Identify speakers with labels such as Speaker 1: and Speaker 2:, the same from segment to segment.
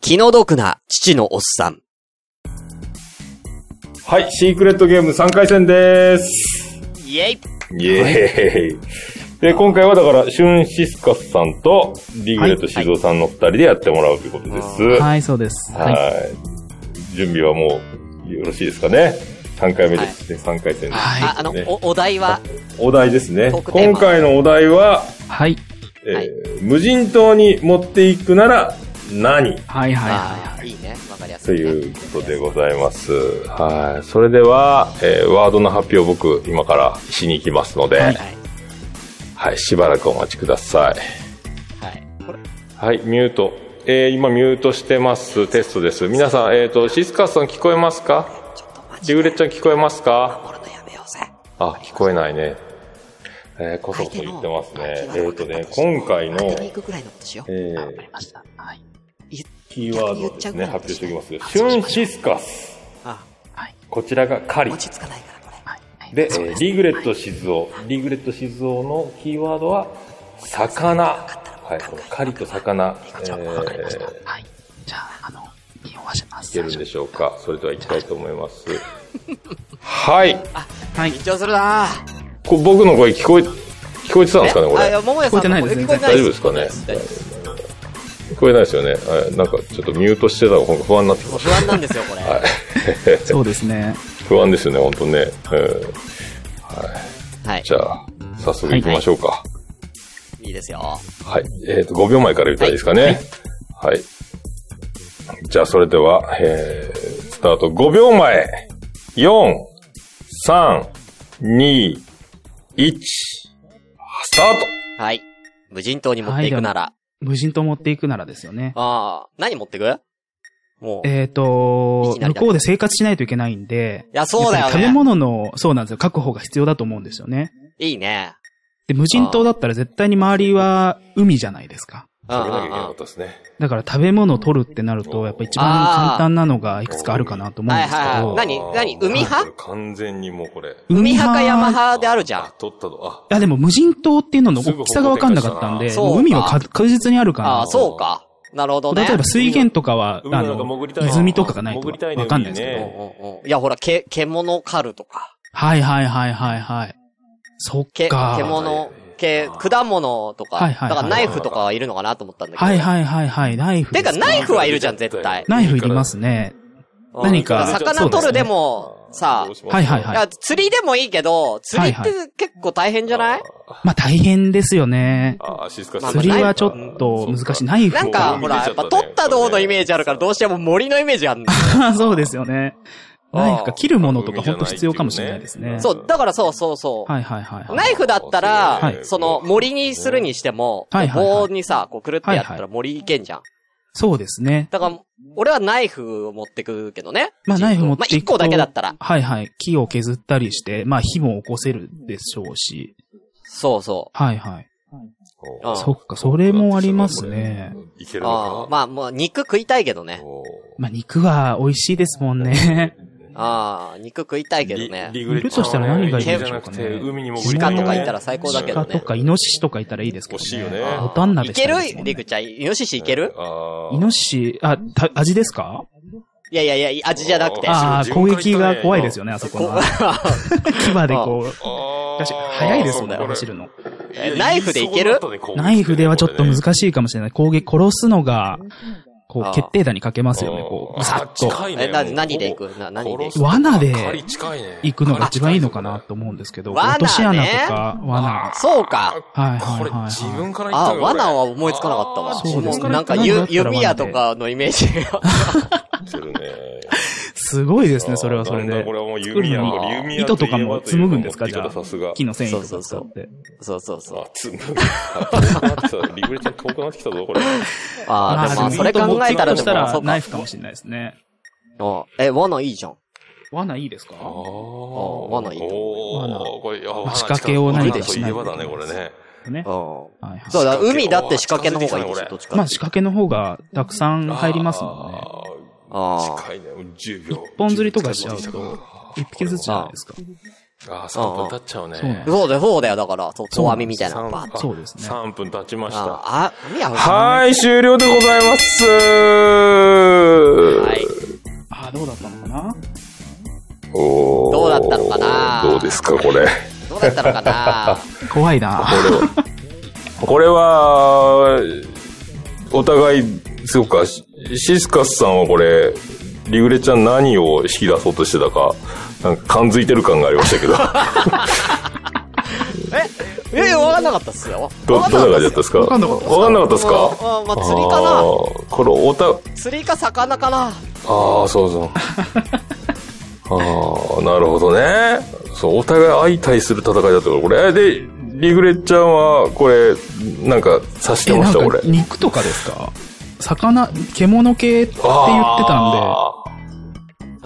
Speaker 1: 気の毒な父のおっさん。
Speaker 2: はい、シークレットゲーム3回戦です。
Speaker 1: イェイ
Speaker 2: イエーイ。で、今回はだから、シュンシスカスさんと、リグレットシズオさんの2人でやってもらうということです。
Speaker 3: はい、そうです。はい。
Speaker 2: はい。準備はもう、よろしいですかね。3回目ですね、3回戦です。
Speaker 3: はい
Speaker 1: あ、あの、お、お題は、
Speaker 2: お題ですね。
Speaker 1: トークテーマ
Speaker 2: 今回のお題は、
Speaker 3: はい。
Speaker 2: えー
Speaker 1: はい
Speaker 2: 無人島に持っていくなら何
Speaker 3: はい、はい、
Speaker 1: あ
Speaker 3: は
Speaker 1: ーいいね。わかりやす
Speaker 2: と
Speaker 1: い、ね。
Speaker 2: いうことでございます。はい。それでは、えーワードの発表を僕、今からしに行きますので、
Speaker 3: は
Speaker 2: はいい、
Speaker 1: はい。
Speaker 2: しばらくお待ちください。
Speaker 1: はい。これ、
Speaker 2: はい、ミュート。えー今ミュートしてます。テストです。皆さん、えっ、と、シスカスさん聞こえますか
Speaker 1: ちょっと待ち
Speaker 2: リグレッちゃん聞こえますか
Speaker 1: これのやめようぜ。
Speaker 2: あ、聞こえないね。えー、こそこそ言ってますね。えっ、とね、今回の、
Speaker 1: 当てに行くぐらいのことしよう。
Speaker 2: え
Speaker 3: い。
Speaker 2: ー
Speaker 3: わかりました。はい。
Speaker 2: キーワードですね、発
Speaker 1: 逆
Speaker 2: 表
Speaker 1: に
Speaker 2: して
Speaker 1: 言
Speaker 2: お
Speaker 1: っ
Speaker 2: き
Speaker 1: ちゃう
Speaker 2: ま
Speaker 1: か
Speaker 2: す。シュンシスカス。
Speaker 1: あ、
Speaker 2: こちらが狩り
Speaker 1: 落。ち着かないから、これ。
Speaker 3: はい。
Speaker 2: で、えーリグレット静雄。リグレット静雄のキーワードは、魚。はい、この狩りと魚。え
Speaker 3: わかりました
Speaker 2: ー、。
Speaker 3: はい。じゃあ、あの、見終わしま
Speaker 2: い
Speaker 3: す。
Speaker 2: けるんでしょうか。それでは行きたいと思います。はい。
Speaker 3: はい。
Speaker 1: 緊張するなぁ。
Speaker 2: こ僕の声聞こえ、聞こえてたんですかね、こ
Speaker 1: あい
Speaker 2: れ。
Speaker 1: や、桃屋さんの声聞
Speaker 3: 聞
Speaker 1: こ
Speaker 3: こえ
Speaker 1: え
Speaker 3: て
Speaker 1: て
Speaker 2: な
Speaker 1: ないい
Speaker 2: です
Speaker 1: 大丈夫です
Speaker 2: 聞こえないですよね。はいなんかちょっとミュートしてたのが不安になってきまし
Speaker 1: 不安なんですよ、これ。は
Speaker 3: そうですね。
Speaker 2: た。不安ですよね、本当ね。えー
Speaker 1: い。
Speaker 2: じゃあ、早速行きましょうか。
Speaker 1: いいですよ。
Speaker 2: はい。えっ、と、5秒前から言ったらいいですかね。はい。じゃあ、それでは、えー、スタート5秒前。4、3、2、1、スタート
Speaker 1: はい。無人島に持っていくなら。
Speaker 3: 無人島持っていくならですよね。
Speaker 1: ああ、何持ってくもう。
Speaker 3: えっ、と
Speaker 1: いき、なりだ
Speaker 3: 向こうで生活しないといけないんで、
Speaker 1: いや、そうだ
Speaker 3: やっ
Speaker 1: よ
Speaker 3: ぱり食べ
Speaker 1: ね。
Speaker 3: 物の、そうなんですよ、確保が必要だと思うんですよね。
Speaker 1: いいね。
Speaker 3: で、無人島だったら絶対に周りは海じゃないですか。
Speaker 1: うんうんう
Speaker 2: 下げなきゃいけなか
Speaker 1: ん
Speaker 2: っ。たですね。
Speaker 3: だから食べ物を取るってなると、やっぱ一番簡単なのがいくつかあるかなと思うんですけ
Speaker 1: はいはい
Speaker 3: ど、
Speaker 1: はい何何海派
Speaker 2: これ完全にもうこれ。
Speaker 1: 海派か山
Speaker 3: い
Speaker 1: 派であるじゃん
Speaker 2: あ。取ったと。
Speaker 3: やでも無人島っていうのの大きさがわかんなかったんで、
Speaker 1: すぐ方
Speaker 3: もう
Speaker 1: 向転換し
Speaker 3: 海
Speaker 1: たな
Speaker 3: はか確実にあるか
Speaker 1: あ
Speaker 3: な
Speaker 1: あ、。そうか。なるほどね。
Speaker 3: 例えば水源とかは、
Speaker 2: 海
Speaker 3: あ
Speaker 2: の中
Speaker 3: の
Speaker 2: 潜りたい、な
Speaker 3: 泉とかがないと
Speaker 2: 潜りたいね
Speaker 3: わかんないですけ
Speaker 2: 海
Speaker 3: ど
Speaker 2: ね。
Speaker 1: うんうんうんいや、ほら、け、獣狩るとか。
Speaker 3: はいはいはいはいはい。そっ
Speaker 1: け、
Speaker 3: か。
Speaker 1: 獣、け、果物とか。
Speaker 3: はいはいはい
Speaker 1: だからナイフとかはいるのかなと思ったんだけど。
Speaker 3: はいはいはいはい、ナイフで
Speaker 1: て
Speaker 3: すか。
Speaker 1: か、ナイフはいるじゃん、絶対。
Speaker 3: ナイフいりますね。
Speaker 1: うん
Speaker 3: 何か
Speaker 1: 魚取るでも、さ
Speaker 2: どうします
Speaker 3: はいはい
Speaker 1: い
Speaker 3: はい。
Speaker 1: や、釣りでもいいけど、釣りっ
Speaker 3: は
Speaker 1: て
Speaker 3: い
Speaker 1: 結構大変じゃない、
Speaker 3: まあ大変ですよね。
Speaker 2: あー、シスカ
Speaker 1: まあ
Speaker 2: さん
Speaker 3: 釣りはちょっと難しい。ナイフ。
Speaker 1: なんか、ほら、やっぱ取った道のイメージあるから、どうしても森のイメージあるんだよ。
Speaker 3: そうですよね。ナイフか、切るものとか本当必要かもしれないですね。
Speaker 1: そうう、だからそうそうそう。
Speaker 3: はいはいはいはい。
Speaker 1: ナイフだったら、
Speaker 3: はい
Speaker 1: その森にするにしても、
Speaker 3: はいはいはい
Speaker 1: 棒にさ、こうくるってやった
Speaker 3: はい
Speaker 1: ら
Speaker 3: は
Speaker 1: 森いけんじゃん。
Speaker 3: そうですね。
Speaker 1: だから、俺はナイフを持ってくけどね。
Speaker 3: まあナイフ持って
Speaker 1: まあ
Speaker 3: い
Speaker 1: 一
Speaker 3: くと
Speaker 1: 個だけだったら。
Speaker 3: はいはい。木を削ったりして、まあ火も起こせるでしょうし。
Speaker 1: そうそう。
Speaker 3: はいはい。
Speaker 1: うん
Speaker 3: そっか、それもありますね。。
Speaker 2: いける
Speaker 1: あ
Speaker 2: の
Speaker 1: あ
Speaker 2: か
Speaker 1: まあ、もう肉食いたいけどね。
Speaker 2: おー
Speaker 3: まあ肉は美味しいですもんね。
Speaker 1: ああ、肉食いたいけどね。
Speaker 2: リ
Speaker 3: グレッチャーはねいるとしたら何がいいでしょうかね
Speaker 2: じゃなくて海に潜り
Speaker 1: 鹿
Speaker 2: たい
Speaker 1: と
Speaker 2: よね
Speaker 1: かいたら最高だけど
Speaker 3: 鹿と
Speaker 1: ね。
Speaker 3: かイノシシとかいたらいいですけ
Speaker 2: 欲しいよ
Speaker 3: ど
Speaker 2: ね
Speaker 3: ね。ボタン鍋
Speaker 1: い
Speaker 3: した
Speaker 1: け
Speaker 3: い
Speaker 1: る
Speaker 3: ですもんね
Speaker 1: リクちゃん、イノシシいける
Speaker 2: あー
Speaker 3: イノシシ、あ、た味ですか
Speaker 1: いやいやいや、味じゃなくて。
Speaker 2: あ
Speaker 3: ああ、
Speaker 2: そう
Speaker 3: 攻撃が怖いですよね、あそこ
Speaker 1: こ
Speaker 3: は。牙でこ
Speaker 2: あ
Speaker 3: う。
Speaker 2: ー
Speaker 3: 確かに早いですもんね、
Speaker 2: あー
Speaker 3: 走るの。
Speaker 2: これ
Speaker 1: えナイフでいける
Speaker 2: や言いそうだったね
Speaker 3: ナイフではちょっと
Speaker 2: しい
Speaker 3: 難しいかもしれない。攻撃、殺すのが、こ
Speaker 1: あ
Speaker 3: う
Speaker 1: あ、
Speaker 3: 決定打にかけますよね、こう、ぐさっと。
Speaker 1: え、な、何で行くな、何で行く
Speaker 3: 罠で行
Speaker 2: 行
Speaker 3: くのが一番いいのかなと思うんですけど、
Speaker 1: 罠ね
Speaker 3: 落とし穴とか、罠。
Speaker 1: そうか。
Speaker 3: はいはい
Speaker 2: これ
Speaker 3: はい
Speaker 2: 自
Speaker 3: は
Speaker 2: 分から言っ
Speaker 1: あ、
Speaker 2: たのこれ
Speaker 1: 罠は思いつかなかったわ。
Speaker 2: あー
Speaker 3: そうですね
Speaker 1: もなんかゆ弓矢とかのイメージが。
Speaker 2: するね
Speaker 3: い。すごいですね、それはそ
Speaker 2: な
Speaker 3: れ
Speaker 2: んだ
Speaker 3: で
Speaker 2: こ。れはもう
Speaker 3: 作る
Speaker 2: 弓矢
Speaker 3: の
Speaker 2: の
Speaker 3: に
Speaker 2: 弓矢
Speaker 3: 糸とかも紡ぐんですか、
Speaker 2: とい
Speaker 3: じ
Speaker 2: えば
Speaker 3: ゃ
Speaker 2: というか持っていき方さすが
Speaker 3: あ。木の繊維とか使って。
Speaker 1: そうそうそう。
Speaker 2: あ、紡ぐ。あ遠くなってきたリグレちゃん遠くなってきたぞ、これ。
Speaker 1: ああ、でもまあそれ考えたら
Speaker 3: でも
Speaker 1: で
Speaker 3: 持っていくとした
Speaker 1: も、
Speaker 3: ら
Speaker 1: そう
Speaker 3: ナ
Speaker 1: か
Speaker 3: イ。フかもしれないですね。
Speaker 1: うんえ、罠いいじゃん。
Speaker 3: 罠いいですか
Speaker 2: ああ
Speaker 1: 罠いいと
Speaker 3: 罠
Speaker 2: おーこれ、あ罠
Speaker 3: 仕掛けを
Speaker 1: 何
Speaker 3: かしない
Speaker 2: 近くなると言えばだね、これね。
Speaker 3: ね。
Speaker 1: う
Speaker 3: は
Speaker 1: ん。
Speaker 3: いはい。
Speaker 1: そうだ、海だって仕掛けの方がいいでしょ、どっちか
Speaker 3: まあ
Speaker 1: ってい
Speaker 3: 仕
Speaker 1: うと。
Speaker 3: 掛けの方がたくさん入りますもんね。
Speaker 2: あー近いね、10秒。
Speaker 3: 一本釣りとかしちゃう
Speaker 2: 近
Speaker 3: と
Speaker 2: く、
Speaker 3: 一匹ずつじゃないですか。
Speaker 2: ああ、3分経っちゃうね。
Speaker 3: そうなんです
Speaker 1: そうだよ、そうだよ、だから、そう、
Speaker 3: そう
Speaker 1: 投網みたいなのがバーッと。
Speaker 2: あ
Speaker 3: そうですね
Speaker 2: 3分経ちました。
Speaker 1: ああ、いや、
Speaker 2: はい、終了でございます。
Speaker 1: どう
Speaker 2: ですか、これ。
Speaker 1: だったのかな
Speaker 3: 怖いな。
Speaker 2: これは、お互い、そうか、シシスカスさんはこれ、リグレちゃん何を引き出そうとしてたか、なんか感づいてる感がありましたけど、
Speaker 1: え、え、わかんなかったっすよ。
Speaker 2: ど、
Speaker 1: わかん
Speaker 2: どんな感じだ
Speaker 1: な
Speaker 2: った
Speaker 1: か
Speaker 2: ですかわ
Speaker 3: かんなかったっす
Speaker 2: かんなかったで
Speaker 1: っ
Speaker 2: すか
Speaker 1: すよあーまあ、釣り
Speaker 2: あ
Speaker 1: か
Speaker 2: ーこれ、おた、
Speaker 1: な釣りか魚かな
Speaker 2: ああ、そう そう。ああ、なるほどね。そう、お互い相対する戦いだったから、これ。えで、リグレちゃんは、これ、なんか、刺して
Speaker 3: え、
Speaker 2: ま
Speaker 3: な
Speaker 2: した、
Speaker 3: んか
Speaker 2: これ。
Speaker 3: 肉とかですか魚、獣系って言ってたんで、
Speaker 2: あ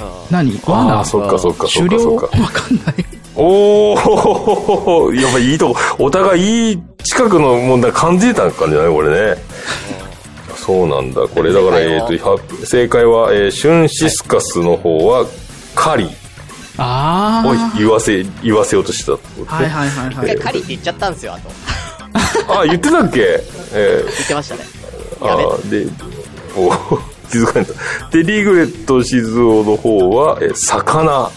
Speaker 2: ー
Speaker 3: 何
Speaker 2: あ
Speaker 3: 罠
Speaker 2: ー、そっかそっかそっ
Speaker 3: 狩
Speaker 2: かそ
Speaker 3: 猟
Speaker 2: っ
Speaker 3: わ
Speaker 2: か。
Speaker 3: かんない。
Speaker 2: おお やっぱいいとこ、お互いいい近くの問題感じてたんかんじゃないこれね。そうなんだ。これだから、えっ、
Speaker 1: 正解
Speaker 2: とは、正解は、えーシュンシスカスの方は、狩り
Speaker 3: あ
Speaker 2: を
Speaker 3: あ。
Speaker 2: 言わせ、言わせようとしてたってことね
Speaker 3: はいはいはい
Speaker 1: 一
Speaker 3: は
Speaker 1: 回
Speaker 3: い。
Speaker 1: 狩りって言っちゃったんですよ、あと。
Speaker 2: あ、言ってたっけえ
Speaker 1: 言ってましたね。
Speaker 2: ー、あー、で、お ー気づかれた。で、リグレット静雄の方は、えー魚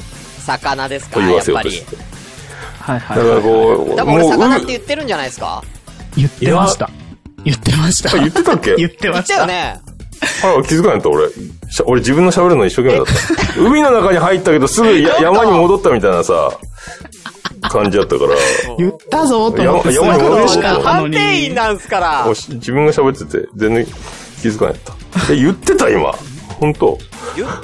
Speaker 1: 魚ですか、
Speaker 2: と言
Speaker 1: や
Speaker 2: わ
Speaker 1: っ
Speaker 2: せよ
Speaker 1: ぱ
Speaker 2: うと
Speaker 1: り
Speaker 2: し。てた。
Speaker 3: はいはい
Speaker 2: だから
Speaker 3: はい。
Speaker 2: こう、
Speaker 1: 多分俺、魚って
Speaker 2: う、
Speaker 1: 言ってるんじゃないですか
Speaker 3: 言ってました。言ってました。
Speaker 2: 言ってたっけ
Speaker 3: 言って
Speaker 1: 言
Speaker 3: ま
Speaker 1: っ
Speaker 3: したた
Speaker 1: よ。ね。
Speaker 2: あ気づかなかった、俺。しゃ俺自分の喋るの一生懸命だった。海の中に入ったけど、すぐや
Speaker 1: え
Speaker 2: 山に戻ったみたいなさ、感じだったから、
Speaker 3: 言ったぞと思って、すご
Speaker 2: 山
Speaker 3: い
Speaker 2: 山
Speaker 3: 嬉
Speaker 2: 嬉
Speaker 3: し
Speaker 2: し
Speaker 3: か
Speaker 2: か
Speaker 3: っ
Speaker 2: った
Speaker 1: 判
Speaker 3: のに。
Speaker 1: 定員なんすから
Speaker 2: お。し自分が喋ってて、全然気づかなかった。え、言ってた、今。本当
Speaker 1: 言った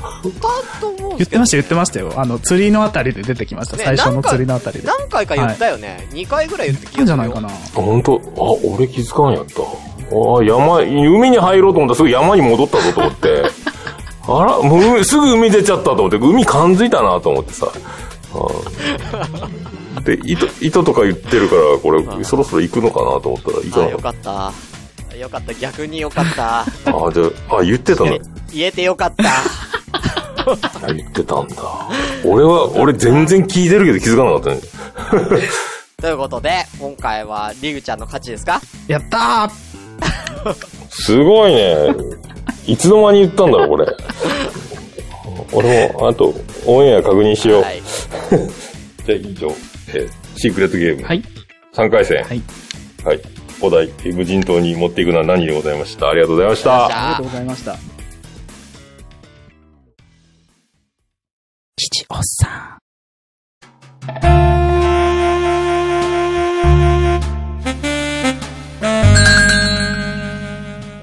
Speaker 1: と思うんです
Speaker 3: 言っ
Speaker 1: け
Speaker 3: て
Speaker 1: ど
Speaker 3: ま。した、言ってましたよ。あの、釣りのあたりで出てきました。
Speaker 1: ね
Speaker 3: 最初の釣りのあたりで。
Speaker 1: 何回か言ったよね。2回ぐらい言って
Speaker 3: いいんじゃないかな。
Speaker 2: あ、本当あ、俺気づかんやった。あ山、海に入ろうと思ったらすぐ山に戻ったぞと思って。 あら、もう海すぐ海出ちゃったと思って、海感づいたなと思ってさ。あで、糸、糸とか言ってるから、これ、そろそろ行くのかなと思ったら、行か
Speaker 1: あ、
Speaker 2: な
Speaker 1: よ
Speaker 2: か
Speaker 1: か
Speaker 2: っ
Speaker 1: った。よかった。逆によかった。
Speaker 2: た。あじゃあ、あ、言ってたん
Speaker 1: 言え言えてよかった。
Speaker 2: だ。言ってたんだ。俺は、俺全然聞いてるけど気づかなかったね。
Speaker 1: ということで、今回はリグちゃんの勝ちですか
Speaker 3: やったー
Speaker 2: すごいね。いつの間に言ったんだろう、これ。俺も、あと、オンエア確認しよう。
Speaker 1: はい。
Speaker 2: じゃあ、以上、えーシークレットゲーム、
Speaker 3: はい。
Speaker 2: 3回戦。
Speaker 3: は
Speaker 2: はいい。お題、えー無人島に持っていくのは何でございましたありがとうございまし
Speaker 1: じ
Speaker 2: た。
Speaker 3: ありが
Speaker 1: ゃ
Speaker 3: と
Speaker 1: あ
Speaker 3: う、ございました。父おっさ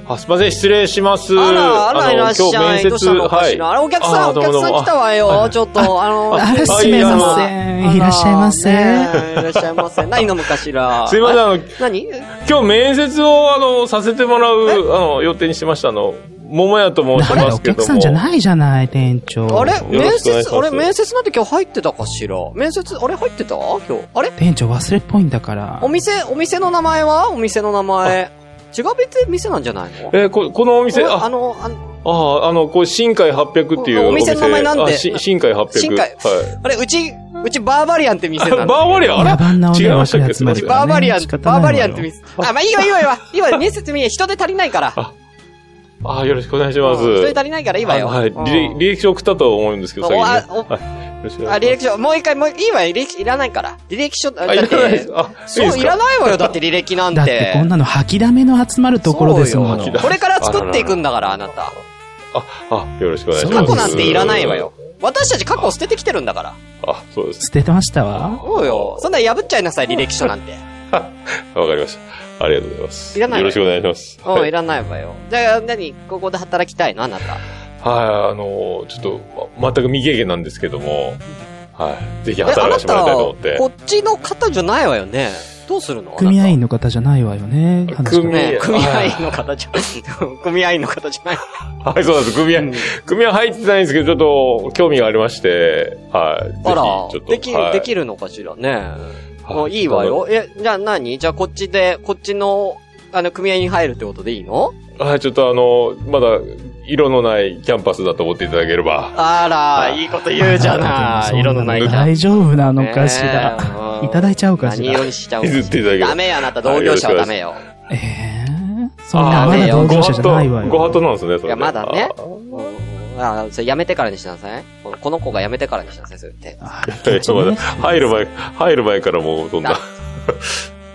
Speaker 2: あ、すいません、失礼します。
Speaker 1: あら、あら、いらっしゃい。どうしたのかしら。あら、お客さん、お客さん来たわよ。ちょっと、あの、
Speaker 3: ん。あら、
Speaker 2: は
Speaker 3: す
Speaker 2: い
Speaker 3: み
Speaker 2: あ
Speaker 3: ま
Speaker 2: の
Speaker 3: せ
Speaker 1: あら
Speaker 3: ん。いらっしゃいませ。
Speaker 1: ねえいらっしゃいませ。何飲むかしら。
Speaker 2: すいません、
Speaker 1: ん。
Speaker 2: あの、
Speaker 1: 何
Speaker 2: 今日面接を、あの、させてもらう、あの、予定にしてました、あの、桃屋と申し
Speaker 3: だか
Speaker 2: ま
Speaker 3: らお
Speaker 2: すけども。
Speaker 3: 客さんじゃないじゃない、店長。
Speaker 1: あれ
Speaker 2: よ
Speaker 1: 面
Speaker 2: ろしくお願いしま
Speaker 1: 接、
Speaker 2: す
Speaker 1: あれ面接なんて今日入ってたかしら面接、あれ入ってた今日。あれ
Speaker 3: 店長忘れっぽいんだから。
Speaker 1: お店、お店の名前はお店の名前。違う別店なんじゃないの
Speaker 2: えーこ、このお店、
Speaker 1: おあ
Speaker 2: あ、
Speaker 1: の、あの
Speaker 2: あ、あの、これ、新海800ってい
Speaker 1: お
Speaker 2: うお
Speaker 1: お
Speaker 2: 店。
Speaker 1: 店の名前なんで
Speaker 2: あし新海800。
Speaker 1: 新海
Speaker 2: は
Speaker 1: あれ、うち、うちバーバリアンって店
Speaker 2: い。
Speaker 1: な
Speaker 2: バ
Speaker 1: ん
Speaker 2: ー
Speaker 1: だ。
Speaker 2: バリアン、
Speaker 3: 野蛮な
Speaker 2: あれ違い
Speaker 3: 女
Speaker 2: ま
Speaker 3: が
Speaker 2: した
Speaker 3: 集
Speaker 2: っ
Speaker 3: ま
Speaker 2: け
Speaker 3: るからね
Speaker 1: バーバリアン、
Speaker 3: 仕方ない
Speaker 1: バ
Speaker 3: わ
Speaker 1: ー
Speaker 3: よ
Speaker 1: バリアンって店。あ、まあいいわいいわいいわ。いいわ、面接見え、人手足りないから。
Speaker 2: あ、よろしくお願いし
Speaker 1: うん
Speaker 2: ます。
Speaker 1: 人手足りないからいいわよ。
Speaker 2: あはい。
Speaker 1: うん
Speaker 2: 履履歴書送ったと思うんですけど、
Speaker 1: お
Speaker 2: 先にね。
Speaker 1: あお
Speaker 2: はい。よろしくお
Speaker 1: あ、
Speaker 2: 願
Speaker 1: 履
Speaker 2: いし
Speaker 1: 歴書、もう一回、もう、いいわよ、履歴書いらないから。履歴書、だ
Speaker 2: ます。あ、いらないです。あ、いい
Speaker 1: そ
Speaker 2: です
Speaker 1: う、
Speaker 2: か
Speaker 1: いらないわよ、だって履歴なんて。
Speaker 3: だってこんなの吐きだめの集まるところですもの
Speaker 1: そうよ。これから作っていくんだから、あ
Speaker 2: あ
Speaker 1: な
Speaker 2: らら
Speaker 1: た。
Speaker 2: あ、あ、よろしくお願いします。
Speaker 1: 過去なんていらないわよ。。私たち過去を捨ててきてるんだから。
Speaker 2: あ、そうです。
Speaker 3: 捨ててましたわ。
Speaker 1: そうよ。そんな破っちゃいなさい、履歴書なん て。
Speaker 2: わかりました。ありがとうございます。
Speaker 1: いらない
Speaker 2: よろしくお願いします。
Speaker 1: う
Speaker 2: は
Speaker 1: ん、い
Speaker 2: い。
Speaker 1: らないわよ。じゃあ、何ここで働きたいのあなた。
Speaker 2: はい、あの、ちょっと、ま全く未経験なんですけども、はい。ぜひ
Speaker 1: え、あ
Speaker 2: 働
Speaker 1: な
Speaker 2: かせてもらい
Speaker 1: た、
Speaker 2: たいと思
Speaker 1: こ
Speaker 2: って。
Speaker 1: っちの方じゃないわよね。どうするの
Speaker 3: 組合員の方じゃないわよね。話が
Speaker 2: 組
Speaker 1: ね組合
Speaker 2: あ
Speaker 1: 員の方じゃ、組合員の方じゃ ない。
Speaker 2: はい、そうなんです。組合、組合入ってないんですけど、ちょっと、興味がありまして、はい。ぜひ
Speaker 1: あら
Speaker 2: ちょっ、と
Speaker 1: でき、
Speaker 2: はい
Speaker 1: できるのかしらね。
Speaker 2: はい
Speaker 1: もういいわよ。え、じゃあ何じゃあこっちで、こっちの、あの、組合に入るってことでいいの
Speaker 2: はい、ちょっとあの、まだ、色のないキャンパスだと思っていただければ。
Speaker 1: あら、
Speaker 2: はい
Speaker 1: いいこと言う じゃない。色のない
Speaker 3: そん
Speaker 1: キ
Speaker 3: な
Speaker 1: ャン
Speaker 3: の
Speaker 1: パス
Speaker 3: 大丈夫なのかし
Speaker 1: ね
Speaker 3: ら。
Speaker 1: えうん
Speaker 3: いただいちゃうかし
Speaker 1: 何
Speaker 3: ら
Speaker 1: 色。にしちゃう
Speaker 2: 譲っていただければ
Speaker 1: ダ。メよ、あなた。同業者はダメよ。
Speaker 3: ええー。そんなまだ
Speaker 1: あ
Speaker 3: 同
Speaker 1: ー
Speaker 3: 業者じゃないわ
Speaker 2: ご法
Speaker 3: よ。
Speaker 2: 度なんですね、それ。
Speaker 1: いや、まだね
Speaker 2: あ。ー
Speaker 1: うんあ、それやめてからにしなさい。このこの子がやめてからにしなさい、それって。
Speaker 3: あら、
Speaker 2: え
Speaker 3: 気持ち
Speaker 2: ちょっと
Speaker 3: ね
Speaker 2: 待って、入る前、入る前からもうそんな。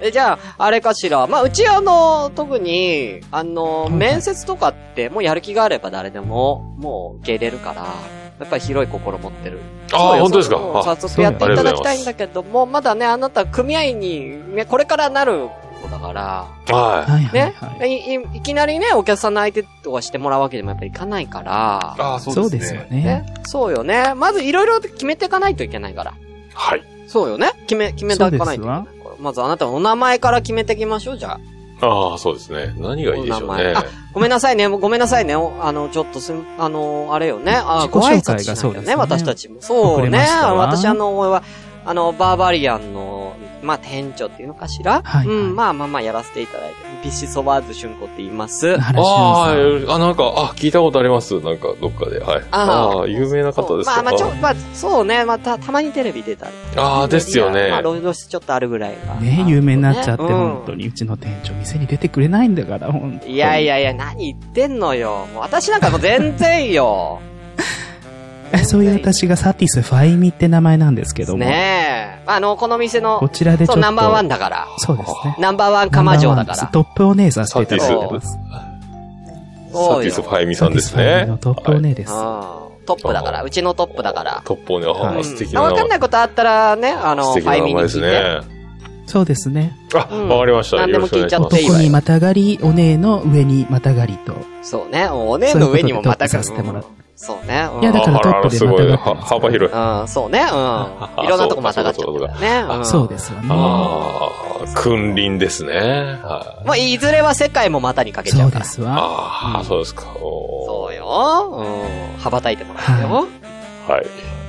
Speaker 1: え、じゃあ、あれかしら。まあ、うちあの、特に、あの、
Speaker 3: いはい
Speaker 1: 面接とかって、もうやる気があれば誰でも、もう受け入れるから、やっぱり広い心持ってる。
Speaker 2: ああ、本当ですか。
Speaker 1: そう
Speaker 2: あ
Speaker 1: 早速やっていただきたいんだけども、まだね、あなた組合員に、ね、これからなる子だから、
Speaker 2: はい。
Speaker 3: はいはい
Speaker 1: ね、
Speaker 3: はい。
Speaker 1: いいいきなりね、お客さんの相手とかしてもらうわけにもやっぱいかないから、
Speaker 2: ああ、
Speaker 3: そうですよ。ね
Speaker 1: ね。、そうよね。まずいろいろ決めていかないといけないから。
Speaker 2: はい。
Speaker 1: そうよね。決め、決めていかないといけない
Speaker 3: そ
Speaker 1: から。まずあなたのお名前から決めていきましょう、じゃあ。
Speaker 2: ああ、そうですね。何がいいでしょ
Speaker 1: お名
Speaker 2: うね
Speaker 1: 前。あごめんなさいね、もうごめんなさいね。おあの、ちょっとすん、あの、あれよね。あ
Speaker 3: 自己
Speaker 1: ご挨拶
Speaker 3: 紹介
Speaker 1: しなき
Speaker 3: が
Speaker 1: ゃ
Speaker 3: そう
Speaker 1: ね
Speaker 3: ですね
Speaker 1: ね、私たちも。そう
Speaker 3: 遅れま
Speaker 1: ね。
Speaker 3: したわ
Speaker 1: 私あの、俺は、あの、バーバリアンの、まあ、店長っていうのかしら、
Speaker 3: はいはい
Speaker 1: うん、まあまあまあやらせていただいて。ビシソバーズシュンコって言います。
Speaker 3: あら、
Speaker 2: ああ
Speaker 3: しゅんさん。
Speaker 2: ー、あ、なんか、あ、聞いたことあります。なんか、どっかで。はい。ああ、有名な方です
Speaker 1: そうまあ
Speaker 2: か。
Speaker 1: まあ、ちょ、まあ、そうね。まあた、たまにテレビ出たり。
Speaker 2: ああ、ですよね
Speaker 1: まあ、。ロイド室ちょっとあるぐらいが。
Speaker 3: ね有名になっちゃって、
Speaker 1: うん
Speaker 3: 本当に。うちの店長、店に出てくれないんだから、本当に。
Speaker 1: いやいやいや、何言ってんのよ。もう私なんかもう全然よ。
Speaker 3: え。そういう私がサティス・ファイミって名前なんです けども。
Speaker 1: ねえ。あの、この店の
Speaker 3: こ、ちらでち
Speaker 1: そ
Speaker 3: ょ
Speaker 1: う、
Speaker 3: っと。
Speaker 1: ナンバーワンだから。
Speaker 3: そうですね。
Speaker 1: ナンバーワン釜城だか
Speaker 3: ナンバーワン
Speaker 1: ら。
Speaker 3: トップお姉さんしていただいてます。
Speaker 2: サ
Speaker 1: そう
Speaker 2: ティ
Speaker 1: よ
Speaker 2: ス・ファイミさんですね。
Speaker 3: のトップお姉です。
Speaker 1: うんトップだから。うちのトップだから。
Speaker 2: トップをね、あ
Speaker 3: は
Speaker 2: あ、
Speaker 1: う
Speaker 3: い
Speaker 2: 素敵
Speaker 1: ん
Speaker 2: な
Speaker 1: あ
Speaker 2: 名
Speaker 1: わ
Speaker 2: 前。
Speaker 1: かんないことあったらね、あの、
Speaker 2: 素
Speaker 1: フ
Speaker 2: 敵
Speaker 1: ァ
Speaker 2: な
Speaker 1: イ
Speaker 2: 名
Speaker 1: ミに
Speaker 2: 前
Speaker 1: 聞
Speaker 2: で
Speaker 1: い
Speaker 2: す
Speaker 1: て。
Speaker 2: ね。
Speaker 3: そうですね。
Speaker 2: あ、
Speaker 1: うん
Speaker 2: わかりました。
Speaker 1: 何で
Speaker 2: よ
Speaker 1: も
Speaker 2: ろしくお
Speaker 1: 聞
Speaker 2: 願いし
Speaker 1: いちゃ
Speaker 2: ま
Speaker 1: っ
Speaker 2: す
Speaker 1: ていい。
Speaker 3: 男にまたがり、お姉の上にまたがりと。
Speaker 1: そうね。お姉の上にもまた
Speaker 3: そう
Speaker 1: か
Speaker 3: いうことでトップさせてもらう
Speaker 1: そうね。うん
Speaker 3: いやだからト
Speaker 2: あ
Speaker 3: ップで
Speaker 2: ららすごい。
Speaker 3: またがってます
Speaker 2: 幅広い。
Speaker 1: うん、そうね。うん。いろんなとこまたがっちゃってるからね。ん
Speaker 3: そうですよね。
Speaker 2: ああ、君臨ですね。はい
Speaker 1: もういずれは世界も股にかけちゃ
Speaker 3: そう
Speaker 1: うか
Speaker 3: で
Speaker 1: ら。
Speaker 3: すわ。
Speaker 2: ああ、そうですか。お
Speaker 1: そう
Speaker 2: ー
Speaker 1: よ。うん。羽ばたいてもらうよ。
Speaker 2: はい。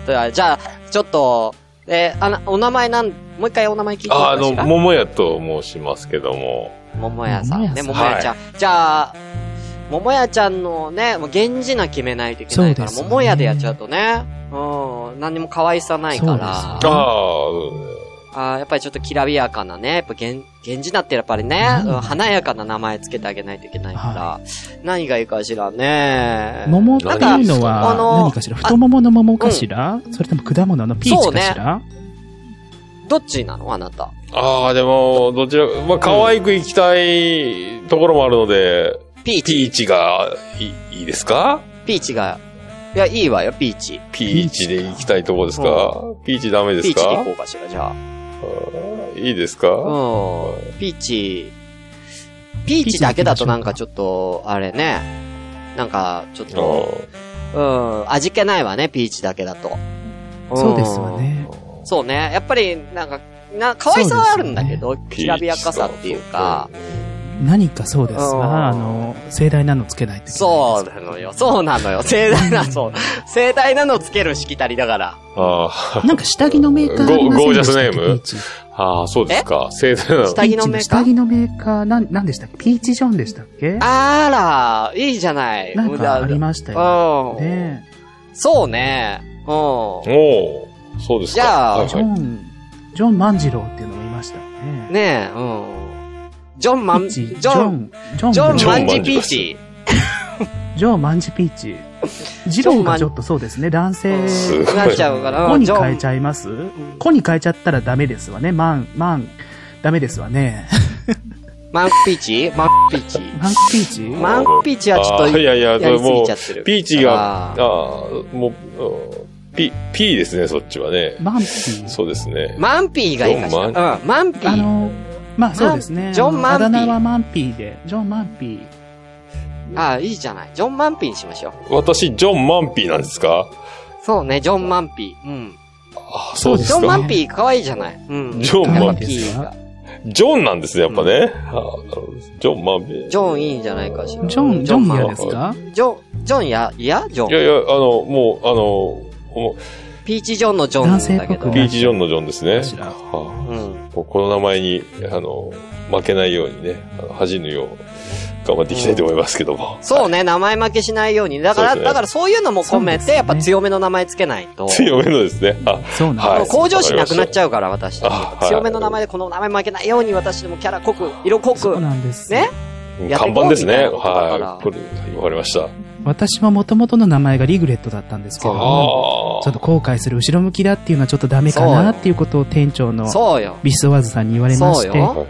Speaker 1: ではじゃあ、ちょっと、えーあな、お名前なん、もう一回お名前聞いてみ
Speaker 2: ああ
Speaker 1: ま
Speaker 2: の、
Speaker 1: しょ
Speaker 2: 桃屋と申しますけども。
Speaker 1: う。ももやさんね、も
Speaker 3: 桃
Speaker 1: もやちゃん。じゃあ、ももやちゃんのね、もう源氏な決めないといけないから、
Speaker 3: そうですよ
Speaker 1: も
Speaker 3: ね
Speaker 1: もやでやっちゃうとね、うん、何にも可愛さないか
Speaker 3: そう
Speaker 1: ら
Speaker 3: で、
Speaker 2: あ
Speaker 3: すよ
Speaker 2: あ、うん
Speaker 1: あーやっぱりちょっときらびやかなね、やっぱ源源氏なってやっぱりね、
Speaker 3: うん
Speaker 1: うん華やかな名前つけてあげないといけないから、何がいいかしらね。
Speaker 3: 桃っていうの
Speaker 1: なんかあ
Speaker 3: は、
Speaker 1: の
Speaker 3: 何かしら太ももの桃かしらそれとも果物のピーチかしら
Speaker 1: どっちなのあなた。
Speaker 2: ああ、でも、どちら、まあ、可愛く行きたいところもあるので、
Speaker 1: ピーチ。
Speaker 2: ピーチがいいいいですか
Speaker 1: ピーチが、いや、いいわよ、ピーチ。
Speaker 2: ピーチで行きたいところですかピーチダメで
Speaker 1: ピ
Speaker 2: す
Speaker 1: ーチで行
Speaker 2: か
Speaker 1: こうかしら、じゃあ。
Speaker 2: いいですか
Speaker 1: うん。ピーチ、ピーチだけだとなんかちょっと、あれね。なんか、ちょっ
Speaker 2: あ
Speaker 1: と、うん、味気ないわね、ピーチだけだと。ん
Speaker 3: そうですよ。ね。
Speaker 1: そうね。やっぱり、なんか、な、可愛さはあるんだけど、きらびやかさっていうか、。
Speaker 3: 何かそうですわ。あ
Speaker 1: うん
Speaker 3: の、盛大なのつけないといけ
Speaker 1: そう
Speaker 3: ないで
Speaker 1: なのよ、そうな のよ、盛大な、そう、盛大なのをつけるしきたりだから。
Speaker 2: あー
Speaker 3: す。なんか下着のメーカーありませんでしたっけ
Speaker 2: ゴーゴージャスネーム
Speaker 3: ピーチ
Speaker 2: あー、そうですか。正座なの。
Speaker 1: 下着のメーカー
Speaker 3: ピチの下着のメーカー、なん、なんでしたっけピーチジョンでしたっけ
Speaker 1: あら、いいじゃない。
Speaker 3: なんかあり
Speaker 1: ま
Speaker 3: ましたよ
Speaker 1: うん。
Speaker 3: ね。
Speaker 1: そうね。うん。
Speaker 2: おおそうですか。
Speaker 1: じゃあ
Speaker 2: はい
Speaker 3: ジョ
Speaker 2: はい
Speaker 3: ン、ジョン万次郎っていうのもいましたね。
Speaker 1: ねえ、うん。ジョンマン、
Speaker 3: ピ
Speaker 1: ジ
Speaker 3: ーチ
Speaker 1: ョン、、
Speaker 3: ジョン、
Speaker 1: ジョンマン
Speaker 2: ジョ
Speaker 1: ジ
Speaker 2: ン
Speaker 1: ピーチ。
Speaker 3: ジョンマンジピーチ。ジローがちょっとそうですね、男性、
Speaker 2: すごい
Speaker 1: なっちゃうから、
Speaker 3: 子
Speaker 1: うん
Speaker 3: に
Speaker 1: ジョン
Speaker 3: 変えちゃいます子に変えちゃったらダメですわね、マン、マン、ダメですわね。
Speaker 1: マンピーチマンピーチ。
Speaker 3: マンピーチ
Speaker 1: マンピーチはちょっ
Speaker 2: あー
Speaker 1: と
Speaker 2: いやいや、
Speaker 1: やりすぎ
Speaker 2: も
Speaker 1: ちゃってる。
Speaker 2: う、ピーチが、
Speaker 1: あ
Speaker 2: あ
Speaker 1: ー
Speaker 2: あー、もううん、ピ、ピーですね、そっちはね。
Speaker 3: マンピー。
Speaker 2: そうですね。
Speaker 1: マンピーがいいかし
Speaker 2: ジョン
Speaker 1: ら。うん、マンピ
Speaker 3: あ
Speaker 1: ー。
Speaker 3: の、まあそうですね。
Speaker 1: ジョンマンピー
Speaker 3: あのあだ名はマンピーで、ジョンマンピー。
Speaker 1: ああ、いいじゃない。ジョンマンピーにしましょう。
Speaker 2: 私、ジョン・マンピーなんですか
Speaker 1: そうね、ジョンマンピー。うん。
Speaker 2: あそうで
Speaker 1: ジ
Speaker 2: す
Speaker 1: ョンマ
Speaker 2: か
Speaker 1: ンピー可愛いじゃない。うん。
Speaker 2: ジョンマン
Speaker 3: ピー
Speaker 1: ジョンマンピーが
Speaker 2: ジョンなんですね、やっぱね。あーなるほどジョン・マンピー。
Speaker 1: ジョンいいんじゃないかしら。
Speaker 3: ジョン、ジョン嫌です
Speaker 1: マ
Speaker 3: か
Speaker 1: ンジョン、ジョンや、いやジョン
Speaker 2: いやいや、あの、もう、あの、も
Speaker 1: ピーチジョンのジョンなんだけ
Speaker 3: 男性
Speaker 1: ど
Speaker 2: う
Speaker 3: 僕。
Speaker 2: ピーチ・ジョンのジョンですね
Speaker 3: かし。ら
Speaker 2: は
Speaker 1: うん。
Speaker 2: あもうこの名前に、あの、負けないようにね、あの恥じぬよう、頑張っていきたいと思いますけども。
Speaker 1: そうね、名前負けしないように。だか
Speaker 2: そ
Speaker 1: ら、
Speaker 2: うですね
Speaker 1: だからそういうのも込め
Speaker 3: そうです
Speaker 1: て、
Speaker 3: ね
Speaker 1: やっぱ強めの名前つけないと。
Speaker 2: 強めのですね。あ、
Speaker 3: そうなん
Speaker 2: は
Speaker 3: で
Speaker 1: もう
Speaker 2: い
Speaker 3: す。
Speaker 1: 向上心なくなっちゃうから、私たち
Speaker 2: あはい
Speaker 1: 強めの名前でこの名前負けないように、私でもキャラ濃く、色濃
Speaker 3: そう
Speaker 1: く、
Speaker 3: なんです。
Speaker 1: ね
Speaker 2: うん
Speaker 1: やって
Speaker 2: 看
Speaker 1: こう
Speaker 2: 板ですね。
Speaker 1: みたいなことだから
Speaker 2: はい。これ、わかりました。
Speaker 3: 私はもともとの名前がリグレットだったんですけども、
Speaker 2: あ
Speaker 3: ちょっと後悔する後ろ向きだっていうのはちょっとダメか
Speaker 1: そうよ
Speaker 3: なっていうことを店長の
Speaker 1: そうよ。
Speaker 3: ビスワーズさんに言われまし
Speaker 1: そう
Speaker 3: て
Speaker 1: よ、
Speaker 2: はいはい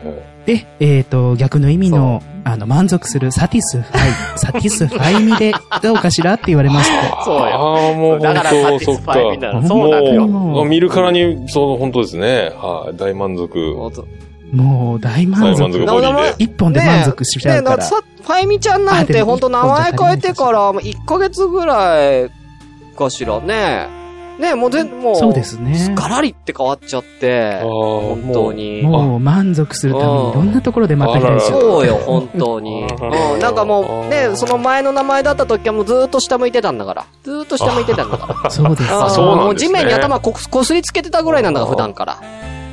Speaker 3: で、えっ、と、逆の意味の、あの、満足するサティスファイ、サティスファイミで、どうかしらって言われまして。
Speaker 1: そうよ。
Speaker 2: ああ、もう
Speaker 1: だからサ
Speaker 2: 本当、
Speaker 1: ティ
Speaker 2: そ
Speaker 1: ス
Speaker 2: っ
Speaker 1: フ
Speaker 2: か
Speaker 1: ァイみたいな。
Speaker 3: そ
Speaker 1: そうなのよ。
Speaker 2: もう、見るからに、そう、本当ですね。はい、大満足。
Speaker 1: ほんと
Speaker 3: もう、大満
Speaker 2: 大満
Speaker 3: 足
Speaker 2: 足。ボディ
Speaker 3: 一本で満足しちゃうから。
Speaker 1: ねえ、ファイミちゃんなんて
Speaker 3: あでも
Speaker 1: ほんと名前変えてから、もう1ヶ月ぐらいかしらね。ねえ、もう全、もう、
Speaker 3: そうですね。
Speaker 1: ガラリって変わっちゃって
Speaker 2: で。ああ、、
Speaker 1: 本当に。
Speaker 3: もう、満足するために、いろんなところでまた変
Speaker 2: あ
Speaker 3: 身。
Speaker 1: そうよ、本当に。
Speaker 2: あー
Speaker 1: うん、なんかもう、ね、その前の名前だった時はもうずーっと下向いてたんだから。ずーっと下向いてたんだから。
Speaker 3: そうです。
Speaker 1: あー
Speaker 2: そうなんですね
Speaker 1: もう地面に頭ここすりつけてたぐらいなんだから、普段から。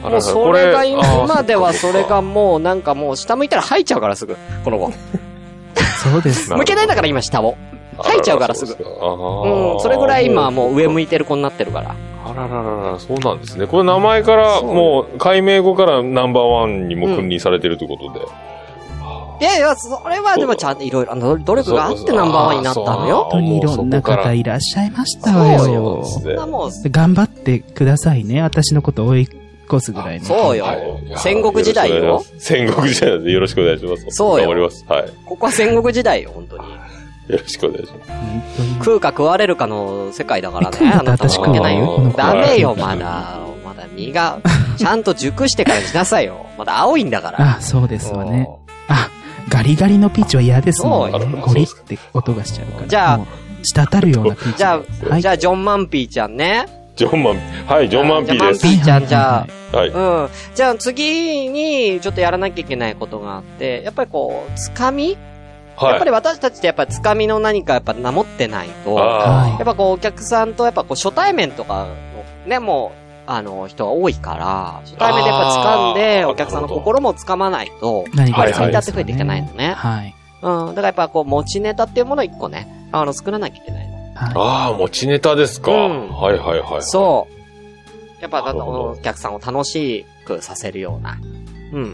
Speaker 2: あ
Speaker 1: もう
Speaker 2: らら
Speaker 1: それが
Speaker 2: こあー
Speaker 1: 今では
Speaker 2: そ
Speaker 1: そ
Speaker 2: っか
Speaker 1: れがもうなんかもう下向いたら吐いちゃうからすぐ、この子。
Speaker 3: そうです。
Speaker 2: なるほど
Speaker 1: 向けないんだから今下を。吐いちゃうからすぐ
Speaker 2: あらら
Speaker 1: うん、そ
Speaker 2: そ
Speaker 1: れぐらい今はもう上向
Speaker 2: い
Speaker 1: いてる子になってるから。
Speaker 2: あらららら、そうなんですね。これ名前から、もう、改名後からナンバーワンにも君臨されてるということで。
Speaker 1: いやいや、それはでもちゃんといろいろ、あの努力があってナンバーワンになったのよ。
Speaker 3: 本当にいろんな方いらっしゃいましたわ
Speaker 1: そう
Speaker 2: よ
Speaker 3: よ。
Speaker 1: そんなもん、そ
Speaker 3: 頑張ってくださいね。私のこと追い越すぐらいの。
Speaker 1: うよ。戦国時代よ。
Speaker 2: 戦国時代なんでよろしくお願いします。
Speaker 1: そうよ
Speaker 2: 頑張ります。はい。
Speaker 1: ここは戦国時代よ、本当に。
Speaker 2: よろしくお願いします。
Speaker 3: 本当に
Speaker 1: 食うか食われるかの世界だからね。
Speaker 3: 食うんだ
Speaker 1: あ
Speaker 3: ったら
Speaker 1: なた
Speaker 3: 私
Speaker 1: は
Speaker 3: 食
Speaker 1: いうけ
Speaker 3: わ
Speaker 1: ない
Speaker 2: この
Speaker 1: よ。
Speaker 2: 子は
Speaker 1: ダメよ、まだ。まだ身が、ちゃんと熟してからにしなさいよ。まだ青いんだから。
Speaker 3: あ、そうですわね。あ、ガリガリのピーチは嫌ですもん
Speaker 1: そう
Speaker 2: よ
Speaker 3: ね。ゴリって音がしちゃうから。
Speaker 1: じゃあ
Speaker 3: もう、滴るようなピーチ。
Speaker 1: じゃ
Speaker 3: は
Speaker 1: あ、
Speaker 3: い
Speaker 1: じゃあ、ジョンマンピーちゃんね。
Speaker 2: ジョンマン、はい、ジョンマンピーです
Speaker 1: ジョ。ンマンピーちゃん、じゃあ
Speaker 3: は
Speaker 2: はい。
Speaker 3: い、
Speaker 1: うん。じゃあ次にちょっとやらなきゃいけないことがあって、やっぱりこう、つかみ、やっぱ
Speaker 2: はい。
Speaker 1: り私たちってやっぱつかみの何かやっぱ名持ってないと、や
Speaker 2: あ
Speaker 1: っ
Speaker 3: は
Speaker 1: ぱこうお客さんとやっぱこう初対面とかのね、もう、あの、人が多いから、初対面でやっぱ掴んで、
Speaker 2: あー
Speaker 1: お客さんの心も掴まないと、
Speaker 3: 何
Speaker 1: やっぱ
Speaker 2: は
Speaker 1: り
Speaker 2: い
Speaker 1: 積み立て増えていかないのね。
Speaker 3: はい。
Speaker 1: うん。だからやっぱこう、持ちネタっていうものを一個ね、あの、作らなきゃいけない。
Speaker 2: あ、
Speaker 3: は
Speaker 2: ああ、持ちネタですか。
Speaker 1: うん
Speaker 2: はいはいはい。
Speaker 1: そう。やっぱ、あ
Speaker 2: なるほど
Speaker 1: のお客さんを楽しくさせるような。うん。
Speaker 2: う。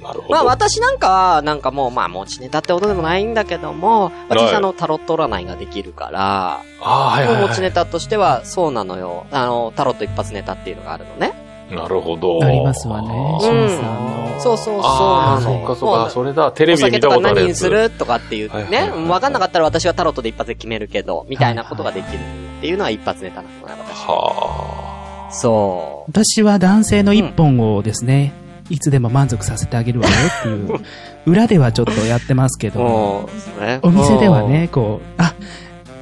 Speaker 2: なるほど。
Speaker 1: まあ私なんかは、なんかもう、まあ持ちネタってことでもないんだけども、私
Speaker 2: はい
Speaker 1: あのタロット占いができるから、
Speaker 2: ああ、はいは
Speaker 1: も
Speaker 2: い、
Speaker 1: う
Speaker 2: は
Speaker 1: 持ちネタとしてはそうなのよ。あの、タロット一発ネタっていうのがあるのね。
Speaker 2: い。なるほど。
Speaker 3: ありますわね
Speaker 1: シュンさ
Speaker 3: んの
Speaker 1: そうそうそう
Speaker 2: あ
Speaker 1: なの。
Speaker 2: あ、そうかそう
Speaker 1: も
Speaker 2: か。それだ。テレ
Speaker 1: お
Speaker 2: ビで
Speaker 1: 酒
Speaker 2: 見
Speaker 1: とか
Speaker 2: たことある
Speaker 1: 何
Speaker 2: や
Speaker 1: に
Speaker 2: つ。
Speaker 1: するとかっていう
Speaker 2: はいはいは
Speaker 1: ね
Speaker 2: い。
Speaker 1: わかんなかったら私はタロットで一発で決めるけど、みたいなことができるっていうのは一発ネタなのね、私。
Speaker 2: は
Speaker 1: そ
Speaker 3: い。私は男性の一本をですね、いつでも満足させてあげるわよって いう、裏ではちょっとやってますけ
Speaker 1: う。
Speaker 3: ど、
Speaker 1: もう、ね
Speaker 3: お店では。ね、こう、あ、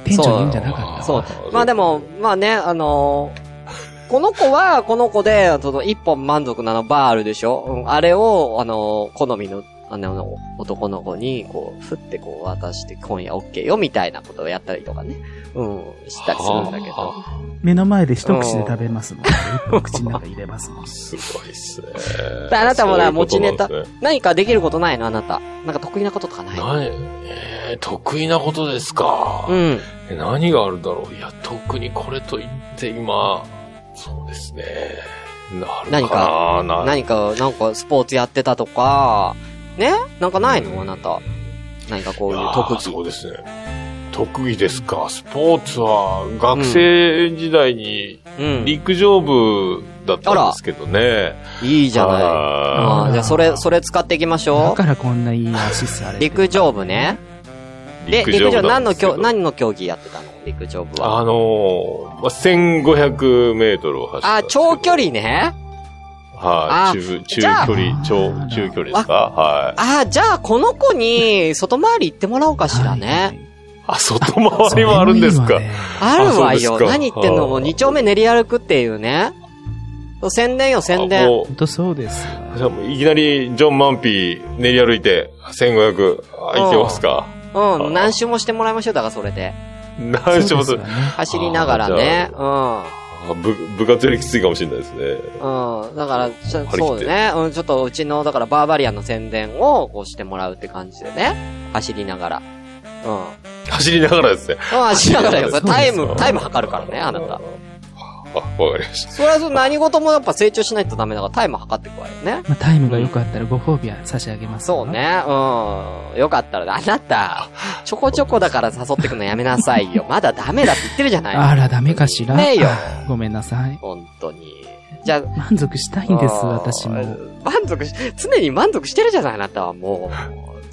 Speaker 3: 店長言うんじゃなか
Speaker 2: あ。
Speaker 3: っ
Speaker 1: そう
Speaker 2: あー
Speaker 1: まあでも、まあね、あのーこの子は、この子で、その、一本満足なのバールでしょ、うん、あれを、あのー好みの、あの、男の子に、こう、ふってこう渡して、今夜 OK よ、みたいなことをやったりとかね、うん、したりするんだけど。
Speaker 2: は
Speaker 3: た。目の前で一口で食べますもんね。一本口の中入れますもん
Speaker 2: あ。すごいっすね。
Speaker 1: あなたもな持ちネタ
Speaker 2: そういうこ
Speaker 1: 何かできることないのあなた。なんか得意なこととかない
Speaker 2: となんですね何えー得意なことですか
Speaker 1: う。ん。
Speaker 2: え何があるだろういや、特にこれと言って今、そうですね。なる
Speaker 1: 何
Speaker 2: かなな
Speaker 1: 何か、なんかスポーツやってたとか、ねなんかないのあなた。何かこういう特
Speaker 2: あー
Speaker 1: 技。
Speaker 2: そうですね。特技ですか。スポーツは、学生時代に
Speaker 1: うん。い
Speaker 2: 陸上部だったんですけどね。
Speaker 1: いじゃない。あ
Speaker 2: あ
Speaker 1: あー、じゃあそれ、それ使っていきまし
Speaker 3: だ
Speaker 1: ょ
Speaker 3: からこんないいアシスあ
Speaker 1: う。
Speaker 3: れ。
Speaker 1: 陸上部ね。
Speaker 2: ー
Speaker 1: で、陸上部
Speaker 2: な
Speaker 1: 何
Speaker 2: んで
Speaker 1: の
Speaker 2: すけど
Speaker 1: 競、何の競技やってたの陸上部は。
Speaker 2: あのー、まあ、1500メートルを走った
Speaker 1: あ
Speaker 2: ん
Speaker 1: ー、
Speaker 2: ですけど。
Speaker 1: 長距離ね。あ
Speaker 2: はい、中、中
Speaker 1: じゃあ
Speaker 2: 距離、長、中距離ですかはい。
Speaker 1: あー、じゃあこの子に外回り行ってもらおうかしらね。
Speaker 2: あ、外回りもあるんですか。
Speaker 1: あるわ
Speaker 2: あそう
Speaker 1: よ。
Speaker 2: ですか
Speaker 1: 何言ってんのもう
Speaker 2: あー
Speaker 1: 二丁目練り歩くっていうね。そう宣伝よ、宣
Speaker 2: あ
Speaker 1: 伝。
Speaker 2: も
Speaker 3: 本当そうです
Speaker 2: うじゃあもういきなり、ジョン・マンピー練り歩いて、1500、あいけますか
Speaker 1: う
Speaker 2: ー
Speaker 1: ん、何周もしてもらいましょう、だからそれで。
Speaker 2: 何します
Speaker 1: 走りながらね。うん。
Speaker 2: あ部部活よりきついかもしれないですね。
Speaker 1: うん、だから、ちょ
Speaker 2: 張り切って
Speaker 1: そうね、うん、ちょっとうちの、だからバーバリアンの宣伝をこうしてもらうって感じでね、走りながら。うん。 うん、
Speaker 2: 走りながらですね。
Speaker 1: 走りながらよ、それ
Speaker 3: そうで
Speaker 1: タ
Speaker 3: すか
Speaker 1: イム、タイム測るからね、あなた。
Speaker 2: ああ、わかりました。
Speaker 1: それはそう何事もやっぱ成長しないとダメだからタイム測っていくわよね。
Speaker 3: まあ、タイムが良かったらご褒美は差し上げますから
Speaker 1: そう。ね。うん。よかったら、あなた、ちょこちょこだから誘ってくのやめなさいよ。まだダメだって言ってるじゃない。
Speaker 3: あら、ダメかしら。
Speaker 1: ねえよ。
Speaker 3: あごめんなさい。
Speaker 1: 本当に。じゃあ、
Speaker 3: 満足したいんです、
Speaker 1: あー
Speaker 3: 私も。。
Speaker 1: 満足し、常に満足してるじゃない、あなたはもう。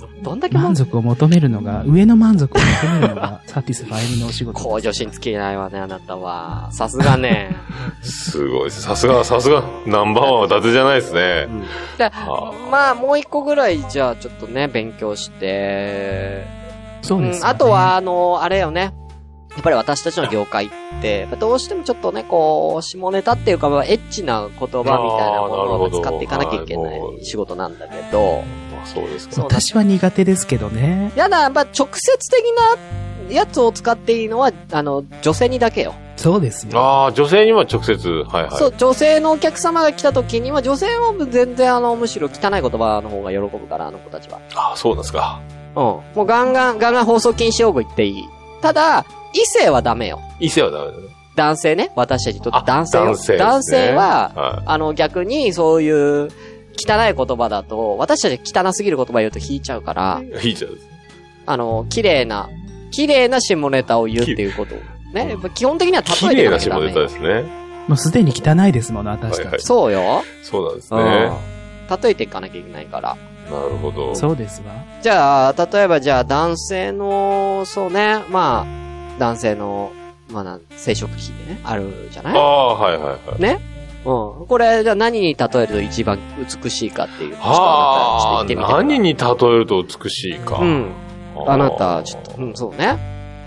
Speaker 1: ど どんだけ満
Speaker 3: 満
Speaker 1: 足
Speaker 3: 足を求めるのが、上の満足を求めるのが、サティスファイルのお仕事。
Speaker 1: 向上心つきないわね、あなたは。さすが ね。
Speaker 2: すごいです。さすが、さすが、ナンバーワンは伊達じゃないですね。
Speaker 1: だ
Speaker 2: あー
Speaker 1: まあ、もう一個ぐらい、じゃあ、ちょっとね、勉強して。
Speaker 3: そうです、
Speaker 1: ん。あと、は、あの、あれよね。やっぱり私たちの業界って、やっぱどうしてもちょっとね、こう、下ネタっていうか、まあエッチな言葉みたいなものを使っていかなきゃいけな
Speaker 2: あーなるほ
Speaker 1: い
Speaker 2: ど
Speaker 1: 仕事なんだけど、
Speaker 2: あそうです
Speaker 1: そ
Speaker 2: か。
Speaker 1: う
Speaker 3: 私は苦手ですけどね。
Speaker 1: やだ、やっぱ直接的なやつを使っていいのは、あの、女性にだけよ。
Speaker 3: そうですよ。
Speaker 2: ああ、女性には直接、はいはい。
Speaker 1: そう、女性のお客様が来た時には、女性は全然、あの、むしろ汚い言葉の方が喜ぶから、あの子たちは。
Speaker 2: ああ、そうなんですか。
Speaker 1: うん。もうガンガン、ガンガン放送禁止用語言っていい。ただ、異性はダメよ。
Speaker 2: 異性はダメだね。
Speaker 1: 男性ね。私たちにとっ
Speaker 2: あ
Speaker 1: て男性よ
Speaker 2: 男性ですね
Speaker 1: 男性は、
Speaker 2: は
Speaker 1: あの、逆に、そういう、汚い言葉だと、私たち汚すぎる言葉言うと引いちゃうから、
Speaker 2: い。いいじゃん。
Speaker 1: あの、綺麗な、綺麗な下ネタを言うっていうことを。ね、やっぱ基本的には
Speaker 2: 綺
Speaker 1: 例えていかな
Speaker 2: 麗
Speaker 1: き
Speaker 2: な
Speaker 1: ゃ
Speaker 2: 下
Speaker 1: ダメ
Speaker 2: ネタですね。
Speaker 3: もうすでに汚いですもの、私たち。
Speaker 2: はいはい
Speaker 1: そうよ。
Speaker 2: そうなんです
Speaker 1: うん。
Speaker 2: ね。な
Speaker 1: 例えていかなきゃいけないから。
Speaker 2: るほど。
Speaker 3: そうですわ。
Speaker 1: じゃあ、例えばじゃあ男性の、そうね、まあ、男性の、まあなん、生殖器でね、あるじゃない
Speaker 2: ああ、はいはいはい。
Speaker 1: うん。これ、じゃあ何に例えると一番美しいかっていう。
Speaker 2: はあ、
Speaker 1: ちょっとあなたちょっと言ってみてください
Speaker 2: 何に例えると美しいか。
Speaker 1: うん。あなた、ちょっと、うん、そうね。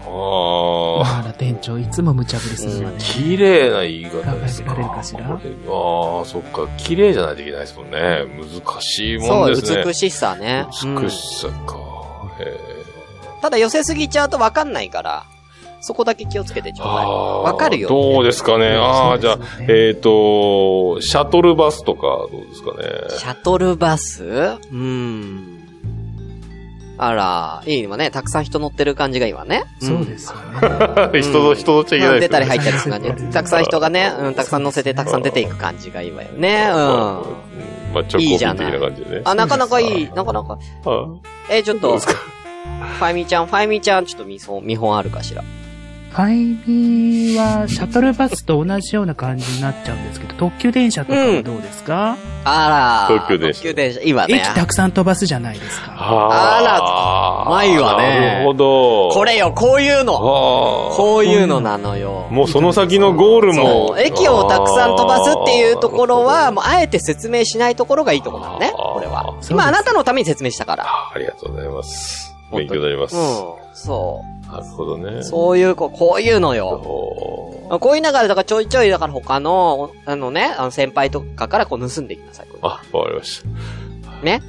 Speaker 2: と。ああ、
Speaker 3: あら、店長、いつも無茶ぶりするわね。
Speaker 2: 綺麗な言い方ですか。
Speaker 3: 頑張ってくれるかしら
Speaker 2: ああ、そっか。綺麗じゃないといけないですもんね。難しいも
Speaker 1: そ
Speaker 2: ん
Speaker 1: う、
Speaker 2: ですね。
Speaker 1: 美しさね。
Speaker 2: 美しさか。へ
Speaker 1: うんただ寄せすぎちゃうと分かんないから、そこだけ気をつけてちょうだい。
Speaker 2: あ
Speaker 1: わかるよ
Speaker 2: どうですかね。ああ、じゃあ
Speaker 3: そうです、ね
Speaker 2: えっ、と、シャトルバスとか、どうですか
Speaker 1: シ
Speaker 2: ね。
Speaker 1: ャトルバスうん。あら、いいわね。たくさん人乗ってる感じがいいわね。
Speaker 3: そう
Speaker 1: す
Speaker 3: ですよね。
Speaker 2: 人と、人とっちゃいけない
Speaker 1: 出
Speaker 2: です
Speaker 1: た
Speaker 2: よ
Speaker 1: り
Speaker 2: ね。
Speaker 1: 入ったりする感じ。たくさん人がね、うん、たくさん乗せて、たくさん出ていく感じがいいわよね。うん。
Speaker 2: まあ、直行
Speaker 1: いい
Speaker 2: 便
Speaker 1: じ
Speaker 2: 的
Speaker 1: ゃない
Speaker 2: な感じでね。
Speaker 1: あ、なかなかいい。なかなか。
Speaker 2: あ
Speaker 1: えーちょっ
Speaker 2: ど
Speaker 1: と、
Speaker 2: うで
Speaker 1: フ
Speaker 2: すか
Speaker 1: ァイミーちゃん、ファイミーちゃん、ちょっと見本、見本あるかしら。
Speaker 3: ファイビーは、シャトルバスと同じような感じになっちゃうんですけど、特急電車とかはどうですか、
Speaker 1: あらー。
Speaker 2: 特急電車
Speaker 1: 特急電車。今ね
Speaker 3: 駅。たくさん飛ばすじゃないですか。
Speaker 2: あ
Speaker 1: あらうまいわね
Speaker 2: なるほど。
Speaker 1: これよ、こういうの。
Speaker 2: は
Speaker 1: こういうのなのよ
Speaker 2: あ。。もうその先のゴール
Speaker 1: そ
Speaker 2: も。
Speaker 1: う。駅をたくさん飛ばすっていうところ
Speaker 2: あ
Speaker 1: は、
Speaker 2: ー
Speaker 1: もうあえて説明しないところがいいところなのね。
Speaker 2: あー
Speaker 1: これは。
Speaker 3: す
Speaker 1: 今あなたのために説明したから。
Speaker 2: ありがとうございます。勉強になります。
Speaker 1: うん。そ
Speaker 2: なるほどね。
Speaker 1: う。そういう、こうこういうのよ。
Speaker 2: ほう
Speaker 1: こう言いながら、だからちょいちょい、だから他の、あのね、あの先輩とかからこう盗んでいきなさい。これ
Speaker 2: あ、わかりました。
Speaker 1: ね。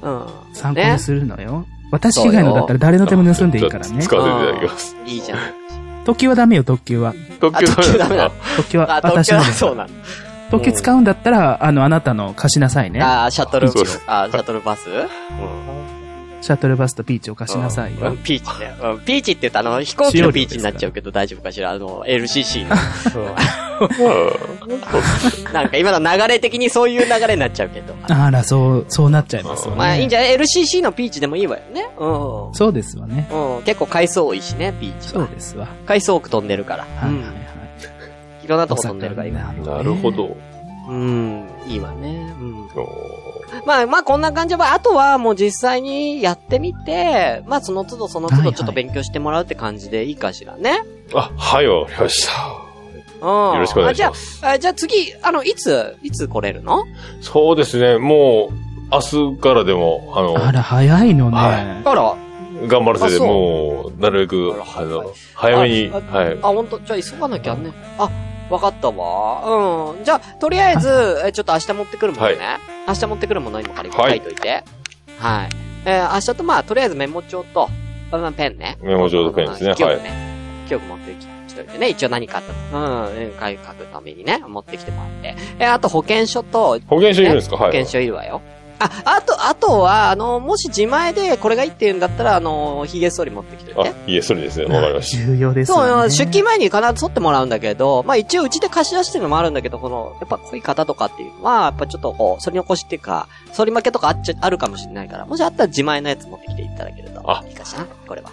Speaker 1: うん。
Speaker 3: 参考
Speaker 1: ね
Speaker 3: に。するのよ。私以外のだったら誰の手も盗んでいいからね
Speaker 2: じ。ゃあ使わせていただきます。
Speaker 1: いいじゃ ん。
Speaker 3: 特急はダメよ、特急 は。
Speaker 2: 特
Speaker 1: あ特急ダメだ
Speaker 2: か
Speaker 3: 特急は
Speaker 1: あ、東
Speaker 3: 私
Speaker 1: 京
Speaker 3: の
Speaker 1: は
Speaker 3: だ
Speaker 1: そう
Speaker 3: から。
Speaker 1: なの。
Speaker 3: 特急使うんだったら、あの、あなたの貸しなさいね。
Speaker 1: あー、シャトル
Speaker 2: そうです、
Speaker 1: あー、シャトルバスうん。
Speaker 3: シャトルバスとピーチを貸しなさい
Speaker 1: うん
Speaker 3: よ。
Speaker 1: ピーチね。うんピーチって言ったらあの、飛行機のピーチになっちゃうけど大丈夫かしらあの、LCC の。なんか今の流れ的にそういう流れになっちゃうけど。
Speaker 3: あら、そう、そうなっちゃいますよね。
Speaker 1: まあいいんじゃない ?LCC のピーチでもいいわよね。うん。
Speaker 3: そうですわね。
Speaker 1: うん、結構階層多いしね、ピーチ
Speaker 3: そう
Speaker 1: は。
Speaker 3: ですわ。
Speaker 1: 階層多く飛んでるから。
Speaker 3: はいはいは
Speaker 1: うん
Speaker 3: い。
Speaker 1: いろんなとこ飛んでるから、今。
Speaker 2: なるほ。ど。
Speaker 1: うん、いいわね。うん。
Speaker 2: お
Speaker 1: まあまあこんな感じは、あとはもう実際にやってみて、まあその都度その都
Speaker 3: はいは
Speaker 1: 度
Speaker 3: い
Speaker 1: ちょっと勉強してもらうって感じでいいかしらね。
Speaker 2: ーあ、はい、わかりました。
Speaker 1: うん。よ
Speaker 2: よろしくお願いしま
Speaker 1: あじ
Speaker 2: す。
Speaker 1: ゃあ、あじゃあ次、あの、いつ、いつ来れるの
Speaker 2: そうですね、もう、明日からでも、あの、
Speaker 3: あら、早いの
Speaker 2: は
Speaker 3: ね。
Speaker 1: あら、
Speaker 2: 頑張らせ
Speaker 1: あ
Speaker 2: て、
Speaker 1: そう
Speaker 2: もう、なるべく
Speaker 1: あら、
Speaker 2: あ
Speaker 1: はい
Speaker 2: の、早めに、
Speaker 1: ああ
Speaker 2: はい。
Speaker 1: あ、ほんと、じゃあ急がなきゃね。あ、わかったわ。うん。じゃあ、とりあえず、えちょっと明日持ってくるものね。明日持ってくるもの今から書いといて。はい。えー明日とまあ、とりあえずメモ帳と、うんペンね。
Speaker 2: メモ帳とペンですね
Speaker 1: うん記憶
Speaker 2: は
Speaker 1: ね。記憶持ってきておいてね。一応何かあったのうん、うん、書く書くためにね、持ってきてもらって。えーあと保険証と、
Speaker 2: 保険証いるんですか
Speaker 1: 保
Speaker 2: はい。
Speaker 1: 険証いるわよ。あ、あと、あとは、あの、もし自前でこれがいいって言うんだったら、あの、髭剃り持ってきて
Speaker 2: あ
Speaker 1: ね。、
Speaker 2: いえ、それですね。わかりまし
Speaker 3: 重要です
Speaker 1: そう、
Speaker 3: よね。
Speaker 1: 出勤前に必ず剃ってもらうんだけど、まあ一応うちで貸し出してるのもあるんだけど、この、やっぱ濃い方とかっていうのは、やっぱちょっとこう、反り残しっていうか、反り負けとかあっちゃ、あるかもしれないから、もしあったら自前のやつ持ってきていただけると
Speaker 2: あ、
Speaker 1: いいかしら、これは。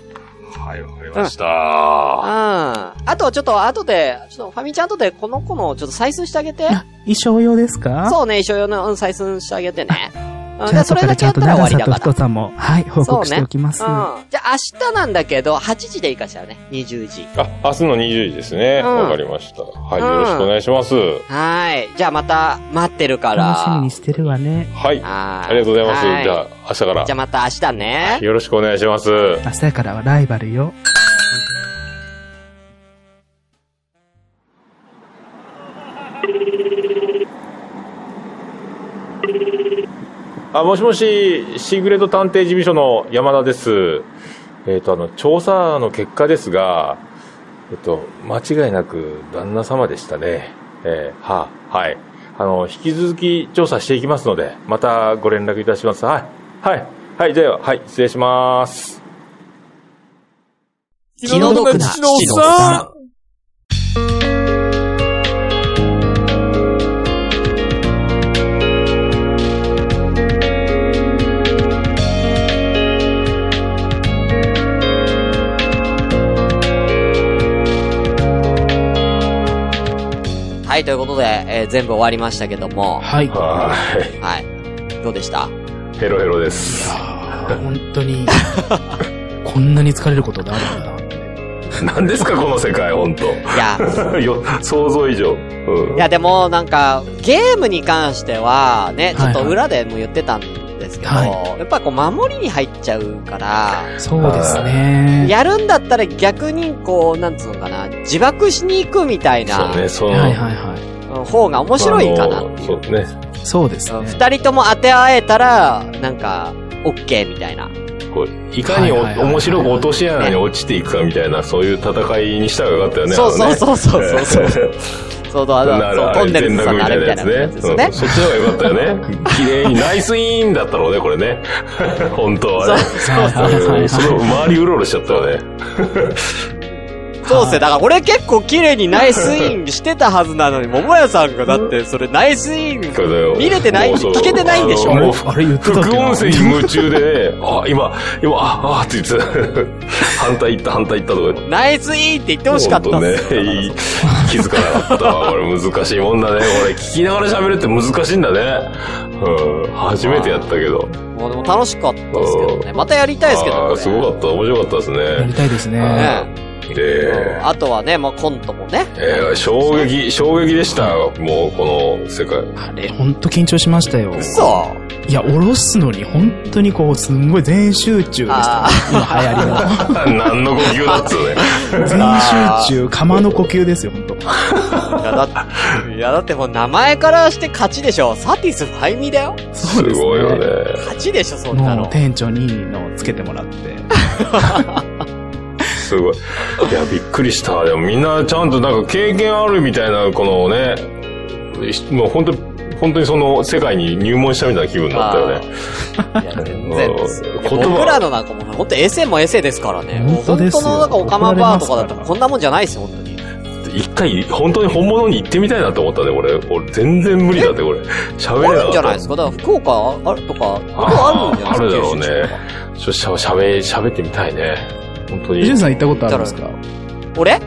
Speaker 2: た。はい、わかりました。
Speaker 1: うん。あと、ちょっと、後で、ちょっと、ファミちゃんとで、この子の、ちょっと採寸してあげて。
Speaker 3: あ衣装用ですか
Speaker 1: そうね、一緒用の、うん、採寸してあげてね。うん。
Speaker 3: じゃあ、
Speaker 1: でそ
Speaker 3: そ
Speaker 1: れ
Speaker 3: れ
Speaker 1: だ
Speaker 3: だ
Speaker 1: けや
Speaker 3: けや
Speaker 1: っ
Speaker 3: った
Speaker 1: ら
Speaker 3: たら
Speaker 1: 終わりだ
Speaker 3: 長
Speaker 1: か
Speaker 3: さと太さんも、はい、報告しておきます。
Speaker 1: ら。うん。じゃあ、明日なんだけど、8時でいいかしらね。20時。
Speaker 2: あ、明日の20時ですね。
Speaker 1: うん
Speaker 2: わかりました。はい、
Speaker 1: うん
Speaker 2: よろしくお願いします。
Speaker 1: はーい。じゃあ、また、待ってるから。
Speaker 3: 楽しみにしてるわね。
Speaker 2: はい。あ
Speaker 1: はーい。
Speaker 2: りがとうございます。
Speaker 1: はー
Speaker 2: じゃあ、明日から
Speaker 1: じゃあ、また明日ね。
Speaker 2: よろしくお願いします。
Speaker 3: 明日からはライバルよ。
Speaker 2: あ、もしもし、シークレット探偵事務所の山田です。えっ、と、あの、調査の結果ですが、えっと、間違いなく旦那様でしたね。えーはあ、はい。あの、引き続き調査していきますので、またご連絡いたします。はい。はい。はい、では、はい、失礼します。
Speaker 1: 気の毒な父のおっさはい、ということで、えー全部終わりましたけども。
Speaker 3: はい。
Speaker 2: はい。
Speaker 1: はい。どうでした
Speaker 2: ヘロヘロです。
Speaker 3: 本当に、こんなに疲れることがあるんだなって。
Speaker 2: 何ですか、この世界、本当
Speaker 1: いや、
Speaker 2: よ、想像以上。うん
Speaker 1: いやでもなんか、ゲームに関しては、ね、ちょっ
Speaker 3: はい
Speaker 1: と
Speaker 3: はい
Speaker 1: 裏でも言ってたんですけど、
Speaker 3: は
Speaker 1: やっぱこう守りに入っちゃうから、
Speaker 3: そうですね。
Speaker 1: やるんだったら逆にこう、なんつうのかな、自爆しに行くみたいな
Speaker 2: そうね、その、
Speaker 3: はいはいはい。
Speaker 1: 方が面白いかなってい
Speaker 2: そうう。ね。
Speaker 3: そうです
Speaker 1: うん
Speaker 3: ね。
Speaker 1: 二人とも当て合えたら、なんか、オッケーみたいな。
Speaker 2: こういかにお
Speaker 3: はいはいはいはい
Speaker 2: 面白く落とし穴に落ちていくかみたいな、そういう戦いにしたらよかったよね。
Speaker 1: そうそうそうそうそうそう。
Speaker 2: うそう。
Speaker 1: そうそう、あ
Speaker 2: な
Speaker 1: の、そう
Speaker 2: ら、
Speaker 1: トンネルズ
Speaker 2: 連
Speaker 1: さん
Speaker 2: 絡
Speaker 1: のあれみ
Speaker 2: み
Speaker 1: た
Speaker 2: た
Speaker 1: い
Speaker 2: い
Speaker 1: な
Speaker 2: な
Speaker 1: や
Speaker 2: や
Speaker 1: つ
Speaker 2: つ
Speaker 1: ですよ
Speaker 2: ね。う
Speaker 1: ね
Speaker 2: ん。そっちの方がよかったよ ね。綺麗にナイスイーンだったろうね、これね。 本当はね。
Speaker 3: はいはいはい
Speaker 2: うんその周りうろうろしちゃったよね。
Speaker 1: そうっすね。だから俺結構綺麗にナイスインしてたはずなのに、桃屋さんがだってそれナイスイン
Speaker 2: これだよ
Speaker 1: 見れてないんで
Speaker 2: もうそう
Speaker 1: 聞けてないんでしょ
Speaker 2: あのもう
Speaker 3: あれ言ってたっけ
Speaker 2: 副
Speaker 3: な
Speaker 2: 音声に夢中 でね、あ、今、今、あ、あって言ってた。 反対行った、反対行ったとか言って。
Speaker 1: ナイスインって言ってほしかったっ
Speaker 2: ね
Speaker 1: すよ。
Speaker 2: いい気づかな かったわ。これ難しいもんだね。これ聞きながら喋るって難しいんだね。うん。初めてやったけど。
Speaker 1: もうでも楽しかったですけどね。またやりたいですけど
Speaker 2: あ
Speaker 1: ね。
Speaker 2: ーすごかった。面白かったです
Speaker 3: やり
Speaker 2: ね。
Speaker 3: たいですね。
Speaker 1: ね
Speaker 2: で、
Speaker 1: あとはね、まあコントもね。
Speaker 2: えー衝撃、衝撃でした。もう、この世界。
Speaker 3: あれ、ほんと緊張しましたよ。
Speaker 1: 嘘
Speaker 3: いや、おろすのに本当にこう、すんごい全集中でしたね。今流行りの。
Speaker 2: 何の呼吸だっつうね。
Speaker 3: 全集中、釜の呼吸ですよ、本当。
Speaker 1: いやだって、いやだってもう名前からして勝ちでしょ。サティスファイミだよ。
Speaker 2: すごいよね。
Speaker 1: 勝ちでしょ、そんな
Speaker 3: もう
Speaker 1: の。
Speaker 3: 店長にいいのをつけてもらって。
Speaker 2: すごい。いや、びっくりした。でもみんなちゃんとなんか経験あるみたいな、このね、しもう本当本当にその世界に入門したみたいな気分だったよね。
Speaker 1: あーいや、全然ですよ。
Speaker 2: 言葉
Speaker 1: 僕らのなんかもう、ほんとエセもエセですからね。
Speaker 3: 本当ですよ
Speaker 1: 本当のなんかオカマバーとかだった
Speaker 3: 怒られますからら
Speaker 1: こんなもんじゃないですよ、本当に。
Speaker 2: 一回、本当に本物に行ってみたいなと思ったね、これ。俺、全然無理だって、これ。喋
Speaker 1: あ
Speaker 2: れ
Speaker 1: る
Speaker 2: なか
Speaker 1: ん
Speaker 2: っ
Speaker 1: じゃない
Speaker 2: た
Speaker 1: で。すか。だから福岡あるとか、
Speaker 2: あー
Speaker 1: あるんじゃないですか。
Speaker 2: あるだろうねちょしゃ喋、喋ってみたいね。本当
Speaker 3: ジュ
Speaker 2: に
Speaker 3: ン。さん行ったことあるんですか
Speaker 1: 九州俺
Speaker 3: はい。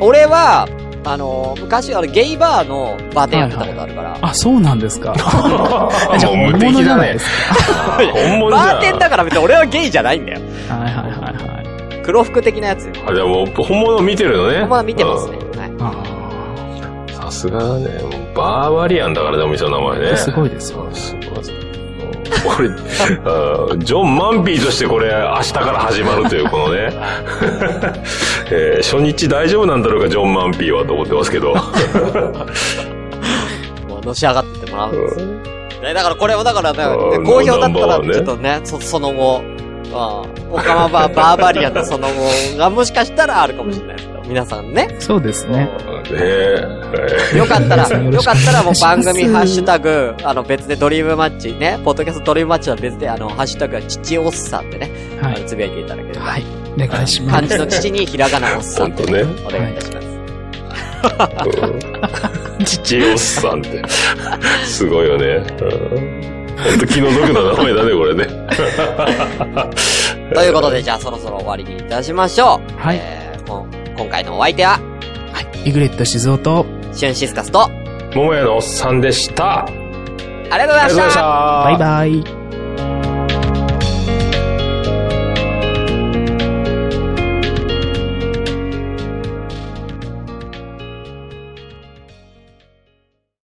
Speaker 1: 俺は、あのー、昔、あの、ゲイバーのバーテンやってたことあるから。
Speaker 3: あ、そうなんです か。 じゃ
Speaker 2: も
Speaker 3: あ
Speaker 2: う
Speaker 3: 本
Speaker 2: 無
Speaker 3: 物
Speaker 2: 敵
Speaker 3: じゃ
Speaker 2: だ
Speaker 3: ない
Speaker 2: ね
Speaker 3: で。す
Speaker 2: 本物じゃん。
Speaker 1: バーテンだから別に俺はゲイじゃないんだよ。
Speaker 3: か。はいはいはいはい。
Speaker 1: 黒服的なやつよ。
Speaker 2: あ、じゃあもう、本物見てるのね。
Speaker 1: まあ見てますね。はい。
Speaker 3: あ
Speaker 2: うん。さすがだね。もうバーバリアンだからね、お店の名前ね。
Speaker 3: あ、すごいですよ。
Speaker 2: すごい。これ、あージョン・マンピーとしてこれ、明日から始まるという、このね、 えー初日大丈夫なんだろうか、ジョン・マンピーはと思ってま すけど。
Speaker 1: もうのし上がってってもらうんです
Speaker 2: う
Speaker 1: よ。ねだからこれをだからね、
Speaker 2: うん
Speaker 1: 好評だったら、
Speaker 2: ナンバーワンね
Speaker 1: ちょっとね、そその後、まあ、オカマバーバーバリアンのその後がもしかしたらあるかもしれないですけど。皆さんね。
Speaker 3: そうですね。
Speaker 2: ねええ
Speaker 1: よかったら、
Speaker 3: 皆さんよ
Speaker 1: よ
Speaker 3: ろしく
Speaker 1: か
Speaker 3: お願い
Speaker 1: ったらもう
Speaker 3: し
Speaker 1: 番
Speaker 3: ます
Speaker 1: 組ハッシュタグ、あの別でドリームマッチね、ポッドキャストドリームマッチは別であの、ハッシュタグは父おっさんってね、
Speaker 3: は
Speaker 1: あの
Speaker 3: い。
Speaker 1: つぶやいていただければ。
Speaker 3: はい。お願いしま
Speaker 1: 漢
Speaker 3: す。
Speaker 1: 字の父にひらがなのおっさんって、
Speaker 2: ほん
Speaker 1: お願いいたします。
Speaker 2: うん父おっさんって。すごいよね。うんほんと気の毒な名前だね、これね。
Speaker 1: ということで、じゃあそろそろ終わりにいたしましょう。
Speaker 3: はい
Speaker 1: えーこん今回のお相手は、
Speaker 3: イグレット静雄と、
Speaker 1: シュンシスカスと、あり
Speaker 2: 桃屋のおっさんでした。あり
Speaker 1: がとうございま
Speaker 2: がとうござい
Speaker 1: し
Speaker 2: ましたた。
Speaker 3: バイバイ。